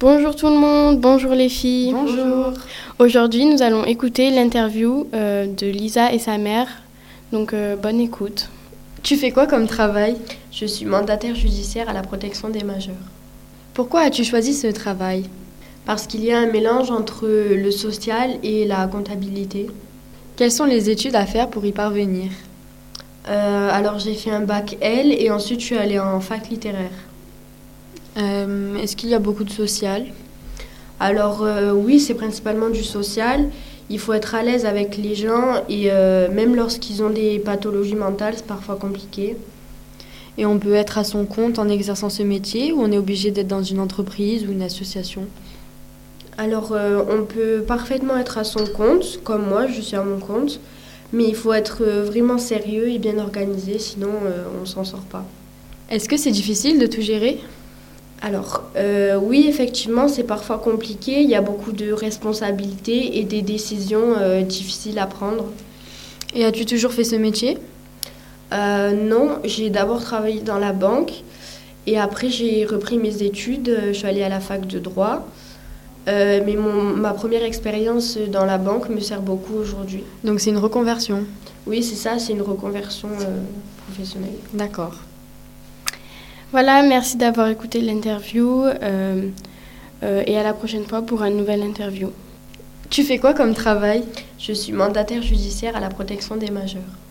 Bonjour tout le monde, bonjour les filles. Bonjour. Aujourd'hui, nous allons écouter l'interview euh, de Lisa et sa mère. Donc, euh, bonne écoute. Tu fais quoi comme travail Je suis mandataire judiciaire à la protection des majeurs. Pourquoi as-tu choisi ce travail Parce qu'il y a un mélange entre le social et la comptabilité. Quelles sont les études à faire pour y parvenir Euh, alors j'ai fait un bac L et ensuite je suis allée en fac littéraire. Euh, Est-ce qu'il y a beaucoup de social Alors euh, oui, c'est principalement du social. Il faut être à l'aise avec les gens et euh, même lorsqu'ils ont des pathologies mentales, c'est parfois compliqué. Et on peut être à son compte en exerçant ce métier ou on est obligé d'être dans une entreprise ou une association Alors euh, on peut parfaitement être à son compte, comme moi, je suis à mon compte, mais il faut être euh, vraiment sérieux et bien organisé, sinon euh, on s'en sort pas. Est-ce que c'est difficile de tout gérer Alors, euh, oui, effectivement, c'est parfois compliqué. Il y a beaucoup de responsabilités et des décisions euh, difficiles à prendre. Et as-tu toujours fait ce métier Euh, non, j'ai d'abord travaillé dans la banque et après j'ai repris mes études. Euh, Je suis allée à la fac de droit. Euh, mais mon- ma première expérience dans la banque me sert beaucoup aujourd'hui. Donc c'est une reconversion. Oui, c'est ça, c'est une reconversion euh, professionnelle. D'accord. Voilà, merci d'avoir écouté l'interview euh, euh, et à la prochaine fois pour une nouvelle interview. Tu fais quoi comme travail Je suis mandataire judiciaire à la protection des majeurs.